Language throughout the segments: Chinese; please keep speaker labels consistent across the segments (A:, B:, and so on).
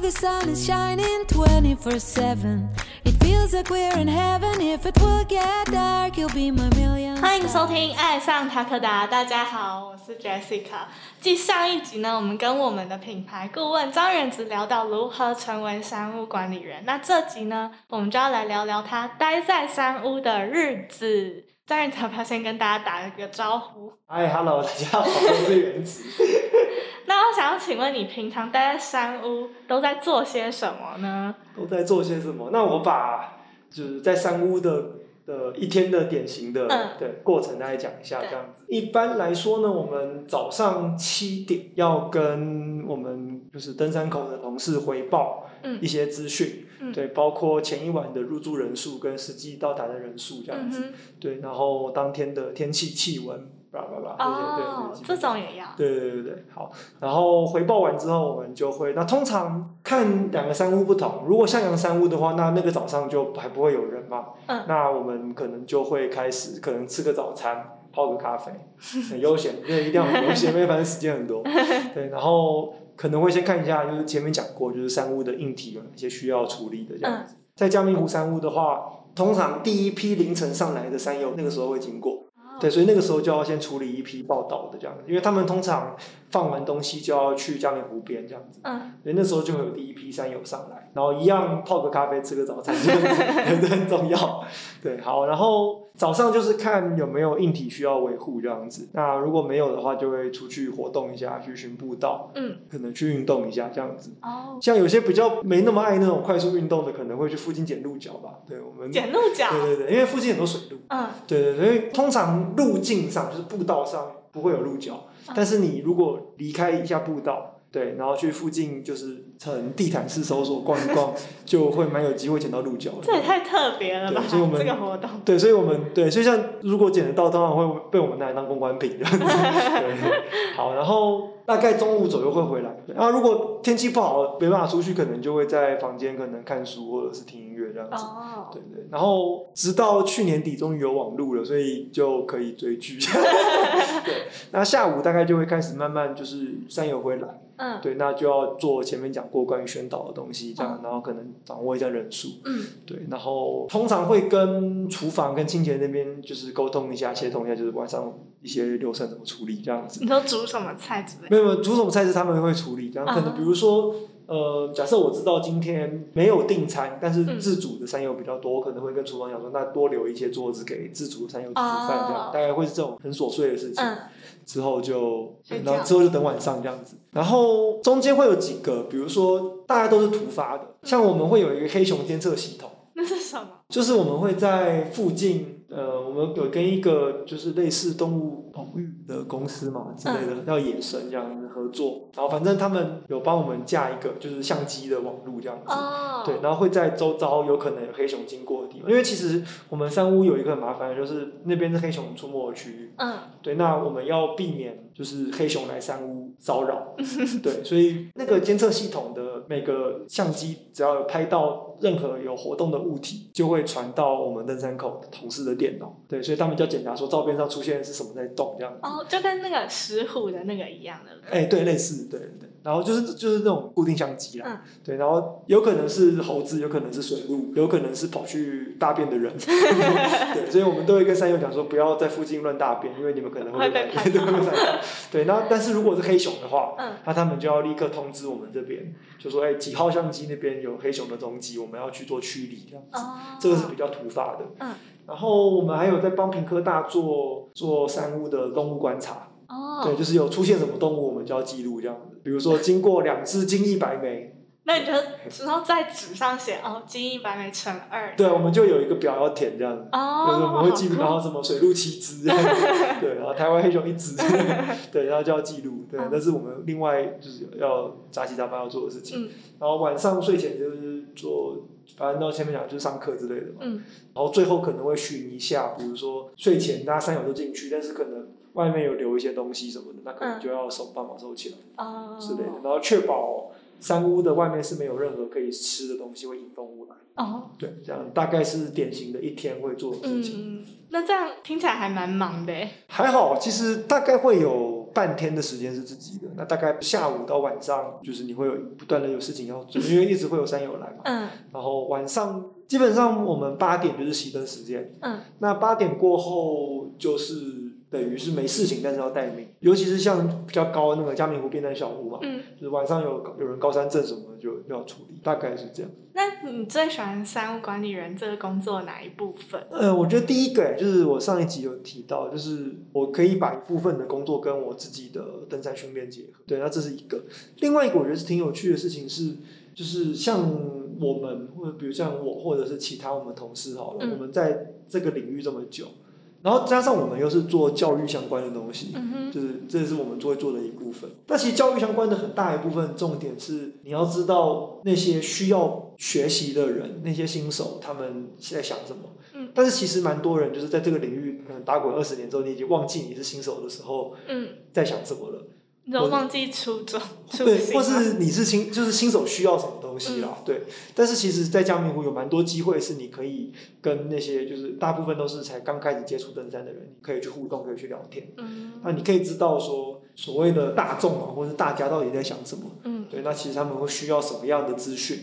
A: the sun is shining 24 7. It feels like we're in heaven. If it will get dark, you'll be my million.
B: 欢迎收听《爱上塔克达》，大家好，我是 Jessica。继上一集呢，我们跟我们的品牌顾问张远子聊到如何成为山屋管理人。那这集呢，我们就要来聊聊他待在山屋的日子。张远子要不要先跟大家打一个招呼？
C: 嗨，Hello，大家好，我是原子。
B: 那我想要请问你，平常待在山屋都在做些什么呢？
C: 都在做些什么？那我把就是在山屋的的一天的典型的、
B: 嗯
C: 对过程大概讲一下，
B: 对
C: 这样子。一般来说呢，我们早上七点要跟我们就是登山口的同事回报
B: 嗯
C: 一些资讯，
B: 嗯
C: 对，包括前一晚的入住人数跟实际到达的人数这样
B: 嗯
C: 子，
B: 哼，
C: 对，然后当天的天气、气温，叭叭
B: 哦
C: 叭，这啊些对对，基本
B: 这
C: 上
B: 种也要，嗯
C: 对对对对，好。然后回报完之后，我们就会那通常看两个山屋不同，如果像阳山屋的话，那那个早上就还不会有人嘛，
B: 嗯
C: 那我们可能就会开始可能吃个早餐，泡个咖啡，很悠闲，对，一定要很悠闲，因为反正时间很多，对，然后。可能会先看一下，就是前面讲过，就是山屋的硬体有哪些需要处理的这
B: 嗯
C: 样子。在嘉明湖山屋的话，通常第一批凌晨上来的山友，那个时候会经过，
B: 哦
C: 对，所以那个时候就要先处理一批报道的这样子，因为他们通常放完东西就要去江陵湖边这样子，
B: 嗯，
C: 所以那时候就会有第一批山友上来，然后一样泡个咖啡，吃个早餐， 这样子很重要。对，好，然后早上就是看有没有硬体需要维护这样子，那如果没有的话，就会出去活动一下，去巡步道，
B: 嗯，
C: 可能去运动一下这样子。
B: 哦，
C: 像有些比较没那么爱那种快速运动的，可能会去附近捡鹿角吧。对我们，对
B: 捡鹿角，
C: 嗯对对，因为附近很多水路。
B: 嗯，
C: 对对，对因为通常路径上就是步道上不会有鹿角
B: 嗯，
C: 但是你如果离开一下步道，对，然后去附近就是从地毯式搜索逛一逛，就会蛮有机会捡到鹿角
B: 这也
C: 的。
B: 太特别了吧
C: 对所以我！们
B: 这个活动，
C: 对，所以我们对，所以像如果捡得到，当然会被我们拿来当公关品这样子。对，好，然后大概中午左右会回来。对然后如果天气不好，没办法出去，可能就会在房间可能看书或者是听音乐这样子。
B: 哦，
C: 对对，然后直到去年底终于有网路了，所以就可以追 剧。对，那下午大概就会开始慢慢就是山友会来，
B: 嗯
C: 对，那就要做前面讲过关于宣导的东西，这样，然后可能掌握一下人数，
B: 嗯，
C: 对，然后通常会跟厨房跟清洁那边就是沟通一下，协同一下，就是晚上一些流程怎么处理这样子。
B: 你说煮什么菜之类的？
C: 没有，没有，煮什么菜是他们会处理，然后可
B: 啊
C: 能比如说，呃，假设我知道今天没有订餐，但是
B: 嗯
C: 自主的山友比较多，我可能会跟厨房讲说，那多留一些桌子给自主的山友煮饭，这样、
B: 哦
C: 大概会是这种很琐碎的事情。
B: 嗯
C: 之后就，
B: 睡觉
C: 然后之后就等晚上这样子，然后中间会有几个，比如说大家都是突发的，像我们会有一个黑熊监测系统。，
B: 那是什么？
C: 就是我们会在附近，呃，我们有跟一个就是类似动物保育的公司嘛之类的，叫野生这样子合作。然后反正他们有帮我们架一个就是相机的网路这样子。
B: 哦，
C: 对，，然后会在周遭有可能有黑熊经过的地方，因为其实我们山屋有一个很麻烦，就是那边是黑熊出没的区域。
B: 嗯，
C: 对，那我们要避免就是黑熊来山屋骚扰，对，所以那个监测系统的每个相机只要有拍到任何有活动的物体，就会传到我们登山口同事的电脑，对，所以他们就要检查说照片上出现的是什么在动这样子。
B: 哦，就跟那个石虎的那个一样的，
C: 哎、对，类似，对对对，然后就是就是那种固定相机啦，
B: 嗯
C: 对，然后有可能是猴子，有可能是水鹿，有可能是跑去大便的人， 对，所以我们都会跟山友讲说，不要在附近乱大便，因为你们可能会
B: 会被拍
C: 对
B: 到
C: 会被拍到。对，然后但是如果是黑熊的话，
B: 嗯
C: 那他们就要立刻通知我们这边，就说，哎、几号相机那边有黑熊的踪迹，我们要去做驱离这样子。
B: 哦，
C: 这个是比较突发的，
B: 嗯，
C: 然后我们还有在帮平科大做做山屋的动物观察，对，
B: 哦，
C: 就是有出现什么动物，我们就要记录这样子。比如说，经过两只金翼白 眉，
B: 那你就然后在纸上写哦，金一百美乘二，
C: 对，我们就有一个表要填这样子。就是我
B: 哦，
C: 们会记录，然
B: 好酷
C: 后什么水陆七只，这样子对，然后台湾黑熊 一只，对，然后就要记录，对
B: 嗯，
C: 那是我们另外就是要杂七杂八要做的事情。
B: 嗯
C: 然后晚上睡前就是做，反正到前面讲就是上课之类的嘛。
B: 嗯
C: 然后最后可能会巡一下，比如说睡前大家三友都进去，但是可能外面有留一些东西什么的，那可
B: 嗯
C: 能就要手帮忙收起来。
B: 哦
C: 之类的，然后确保山屋的外面是没有任何可以吃的东西会引动物来。
B: 哦，
C: 对，这样大概是典型的一天
B: 嗯
C: 会做的事情。
B: 嗯，那这样听起来还蛮忙的耶，
C: 还好，其实大概会有半天的时间是自己的，那大概下午到晚上，就是你会有不断的有事情要做，因为一直会有山友来嘛。
B: 嗯
C: 然后晚上基本上我们八点就是熄灯时间，
B: 嗯
C: 那八点过后就是等于是没事情，但是要待命。尤其是像比较高那个嘉明湖变态小屋嘛，
B: 嗯。
C: 就是晚上有有人高山症什么的就要处理，大概是这样。
B: 那你最喜欢商务管理人这个工作哪一部分？
C: 呃，我觉得第一个就是我上一集有提到，就是我可以把一部分的工作跟我自己的登山训练结合。对，那这是一个。另外一个我觉得是挺有趣的事情是，就是像我们或者比如像我或者是其他我们同事好了，
B: 嗯
C: 我们在这个领域这么久，然后加上我们又是做教育相关的东西，
B: 嗯哼，
C: 就是这是我们会做的一部分。那其实教育相关的很大一部分重点是，你要知道那些需要学习的人，那些新手他们在想什么。
B: 嗯
C: 但是其实蛮多人就是在这个领域可能打滚二十年之后，你已经忘记你是新手的时候
B: 嗯，
C: 在想什么了。
B: 你都忘记初衷，初
C: 对，
B: 心
C: 或
B: 吗
C: 是你是新，就是新手需要什么东
B: 嗯
C: 西啦，对。但是其实，在江明湖有蛮多机会是你可以跟那些就是大部分都是才刚开始接触登山的人，你可以去互动，可以去聊天。
B: 嗯
C: 那你可以知道说所谓的大众啊，或是大家到底在想什么。
B: 嗯，
C: 对，那其实他们会需要什么样的资讯？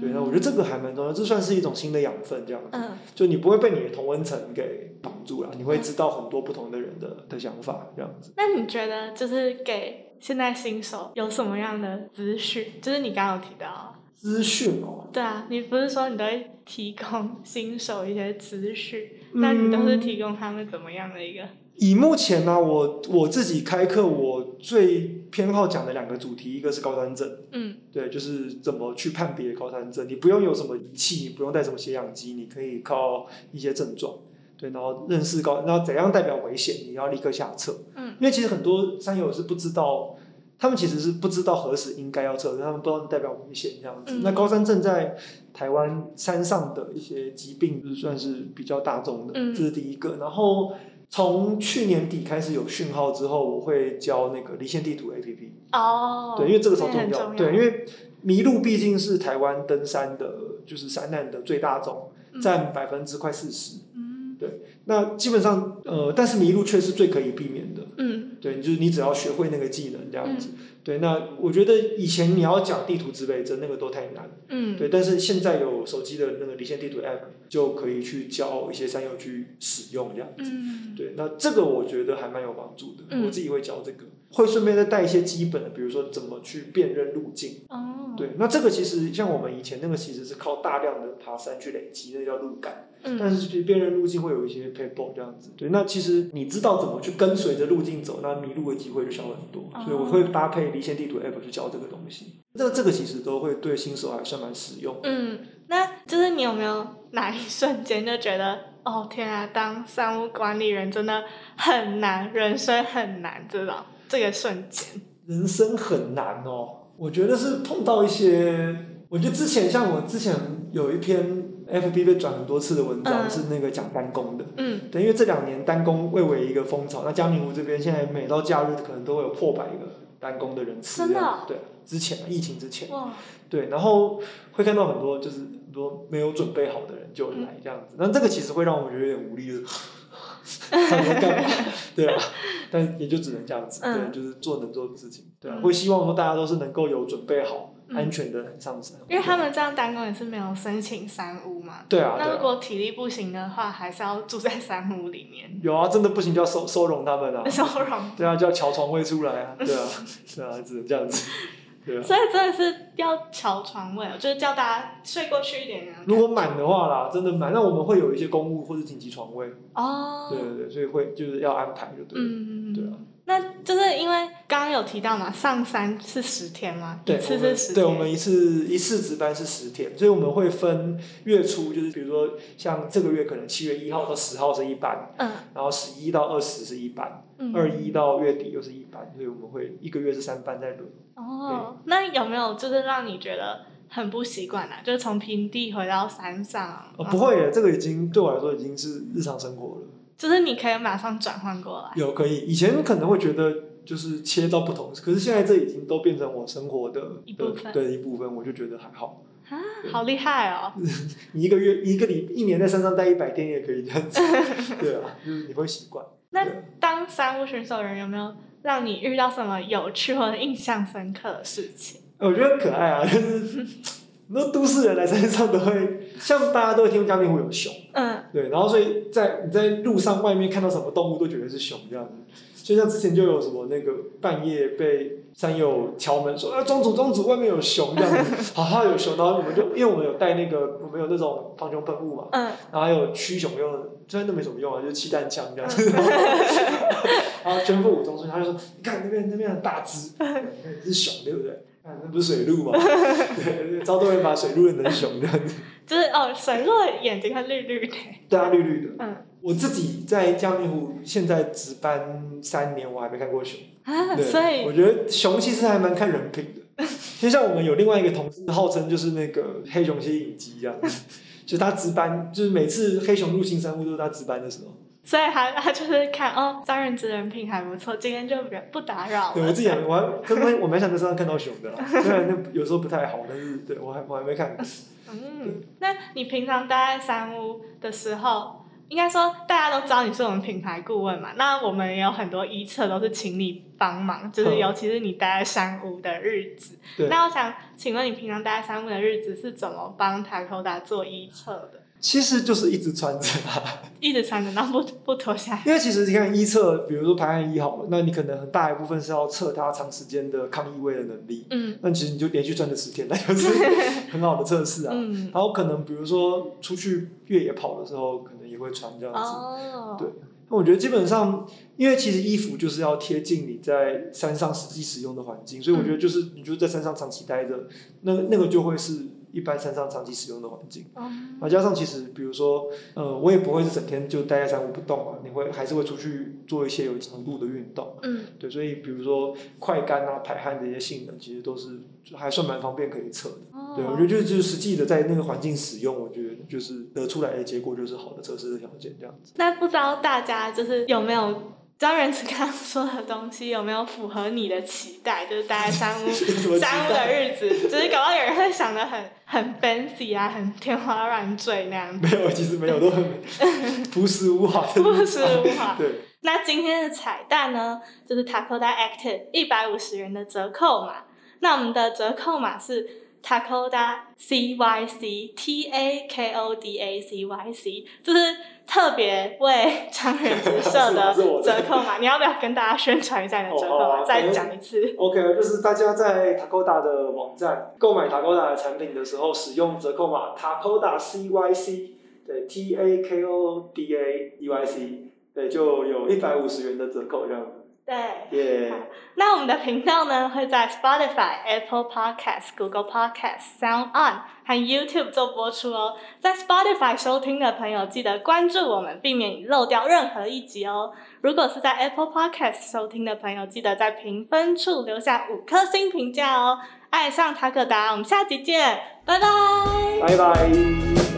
C: 对，那
B: 嗯
C: 我觉得这个还蛮重要，这算是一种新的养分，这样子。
B: 嗯
C: 就你不会被你的同温层给绑住了，你会知道很多不同的人的的想法，这样子。
B: 那你觉得就是给现在新手有什么样的资讯？就是你刚刚有提到啊，
C: 资讯哦，
B: 对啊，你不是说你都会提供 新手一些资讯，那你都是
C: 嗯
B: 提供他们怎么样的一个？
C: 以目前呢、我我自己开课，我最偏好讲的两个主题，一个是高山症。
B: 嗯
C: 对，就是怎么去判别高山症。你不用有什么仪器，你不用带什么血氧机，你可以靠一些症状，对，然后认识高，然后怎样代表危险，你要立刻下撤。
B: 嗯
C: 因为其实很多山友是不知道，他们其实是不知道何时应该要撤，他们不知道代表危险这样子。
B: 嗯
C: 那高山症在台湾山上的一些疾病，就是算是比较大众的，
B: 嗯
C: 这是第一个。然后从去年底开始有讯号之后，我会教那个离线地图 APP。
B: 哦，
C: 对，因为这个超重
B: 很
C: 要。对，因为麋鹿毕竟是台湾登山的，就是山难的最大宗，占百分之快四十。
B: 嗯
C: 那基本上，呃，但是麋鹿却是最可以避免的。
B: 嗯
C: 对，就是你只要学会那个技能这样子。对，那我觉得以前你要讲地图指北针那个都太难。
B: 嗯
C: 对，但是现在有手机的那个离线地图 app，就可以去教一些山友去使用这样子。
B: 嗯
C: 对，那这个我觉得还蛮有帮助的。
B: 嗯
C: 我自己会教这个，会顺便再带一些基本的，比如说怎么去辨认路径。
B: 哦
C: 对，那这个其实像我们以前那个其实是靠大量的爬山去累积，那叫路感。但
B: 嗯
C: 是去辨认路径会有一些 paper 这样子。对，那其实你知道怎么去跟随着路径走，那迷路的机会就小很多。所以我
B: 哦
C: 会搭配离线地图 app 去教这个东西。这这个其实都会对新手还算蛮实用。
B: 嗯，那就是你有没有哪一瞬间就觉得？哦天啊，当商务管理人真的很难，人生很难，这种这个瞬间，
C: 人生很难哦。我觉得是碰到一些，我觉得之前像我之前有一篇 FB 被转很多次的文章，
B: 嗯
C: 是那个讲单工的。
B: 嗯
C: 对，因为这两年单工蔚为一个风潮，那嘉明湖这边现在每到假日可能都会有破百个单工的人次。
B: 真的哦
C: 对，之前啊疫情之前，
B: 哇，
C: 对，然后会看到很多就是很多没有准备好的人就
B: 嗯
C: 来这样子，那这个其实会让我觉得有点无力，就是他们在干嘛？ 对啊，但也就只能这样子，
B: 嗯
C: 对，就是做能做的事情，对啊
B: 嗯，
C: 会希望说大家都是能够有准备好、
B: 嗯
C: 安全的上山，
B: 因为他们这样单工也是没有申请三屋嘛。
C: 对啊，对
B: 那如
C: 啊，
B: 果体力不行的话，还是要住在三屋里面，
C: 有啊，真的不行就要收收容他们啊，
B: 收容。
C: 对啊，就要瞧床位出来 啊，对啊，对啊，只能这样子，对啊。
B: 所以真的是要调床位哦，就是叫大家睡过去一点啊。
C: 如果满的话啦，真的满，那我们会有一些公务或者紧急床位，
B: 哦，
C: 对对对，所以会就是要安排就对了，
B: 嗯，
C: 对啊。
B: 那就是因为刚刚有提到嘛，上山是十天嘛，
C: 对，
B: 一
C: 我
B: 次
C: 们
B: 是十天，
C: 对，我们一次一次值班是十天，所以我们会分月初，就是比如说像这个月可能七月一号到十号是一班，
B: 嗯
C: 然后十一到二十是一班，
B: 嗯
C: 二一到月底又是一班，所以我们会一个月是三班在轮。
B: 哦，那有没有就是让你觉得很不习惯啊？就是从平地回到山上，
C: 哦，不，会耶，这个已经对我来说已经是日常生活了。
B: 就是你可以马上转换过来。
C: 有可以，以前可能会觉得就是切到不同，可是现在这已经都变成我生活的
B: 一部分
C: 对一部分，我就觉得还好。
B: 啊，
C: 嗯
B: 好厉害哦！
C: 你一个月一个礼一年在山上待一百 天也可以这样子，对啊，就是你会习惯。
B: 那
C: 对
B: 当三务选手人有没有让你遇到什么有趣或者印象深刻的事情？
C: 我觉得很可爱啊，就是 很多都市人来山上都会，像大家都会听嘉明湖有熊，
B: 嗯
C: 对，然后所以在你在路上外面看到什么动物都觉得是熊这样子，所以像之前就有什么那个半夜被山友敲门说啊庄主庄主外面有熊这样子，好好有熊，然后我们就因为我们有带那个我们有那种防熊喷雾嘛，
B: 嗯
C: 然后还有驱熊用的，虽然都没什么用啊，就是气弹枪这样子，然后全副武装，所以他就说你看那边那边很大只，对是熊对不对？看哎那不是水鹿吗？对，超多人把水鹿认成熊这样子，
B: 就是哦，水鹿的眼睛会绿绿的，
C: 对啊绿绿的。
B: 嗯
C: 我自己在江明湖现在值班三年，我还没看 过熊。
B: 啊，
C: 对，
B: 所以
C: 我觉得熊其实还蛮看人品的。 就像我们有另外一个同事，号称就是那个黑熊吸引机这样 子，就他值班，就是每次黑熊入侵山屋都是他值班的时候。
B: 所以他他就是看哦，张仁之人品还不错，今天就不不打扰了。
C: 对我自己还我还真的我蛮想在山上看到熊的啦， 虽然那有时候不太好，但是对我还我还没看。
B: 嗯，那你平常待在山屋的时候，应该说大家都知道你是我们品牌顾问嘛？那我们也有很多一测都是请你帮忙，就是
C: 嗯
B: 尤其是你待在山屋的日子。
C: 对
B: 那我想请问你平常待在山屋的日子是怎么帮 Takoda 做一测的？
C: 其实就是一直穿着它，
B: 一直穿着，然后不不脱下来。
C: 因为其实你看一测，比如说排汗一好了，那你可能很大一部分是要测它长时间的抗异味的能力。
B: 嗯
C: 那其实你就连续穿着十天，那 就是 很好的测试啊。
B: 嗯，
C: 然后可能比如说出去越野跑的时候，可能也会穿这样子。
B: 哦，
C: 对那我觉得基本上，因为其实衣服就是要贴近你在山上实际使用的环境，
B: 嗯
C: 所以我觉得就是你就在山上长期待着，那那个就会是一般山上长期使用的环境。
B: 嗯
C: 啊，加上其实比如说，呃，我也不会是整天就待在山屋不动啊，你会还是会出去做一些有强度的运动。
B: 嗯
C: 对，所以比如说快干啊、排汗这些性能，其实都是就还算蛮方便可以测的。对，我
B: 哦，
C: 觉得就是就是实际的在那个环境使用，我觉得就是得出来的结果就是好的测试的条件这样子。
B: 那不知道大家就是有没有？张仁慈刚刚说的东西有没有符合你的期待？就是待在山 屋
C: 有什么期待
B: 三五的日子，就是搞不好有人会想的很很 fancy 啊，很天花乱坠那样，
C: 没有，其实没有，都 很朴实无华的。
B: 不是无话。
C: 对，
B: 那今天的彩蛋呢，就是 Takoda Active 一百五十元的折扣码。那我们的折扣码是 Takoda C Y C T A K O D A C Y C，这是特别 为张远之设的
C: 是我是我的
B: 折扣码。你要不要跟大家宣传一下你的折扣
C: 哦好
B: 码？
C: 啊
B: 再讲一次。
C: OK，就是大家在 Takoda 的网站购买 Takoda 的产品的时候，使用折扣码 Takoda CYC，对 T A K O D A E Y C，对，就有一百五十元的折扣这样子。
B: 对。
C: 耶、
B: 那我们的频道呢会在 Spotify、Apple Podcast、Google Podcast、Sound On 和 YouTube 做播出哦。在 Spotify 收听的朋友，记得关注我们，避免你漏掉任何一集哦。如果是在 Apple Podcast 收听的朋友，记得在评分处留下五颗星评价哦。爱上塔可达，我们下集见，拜拜。
C: 拜拜。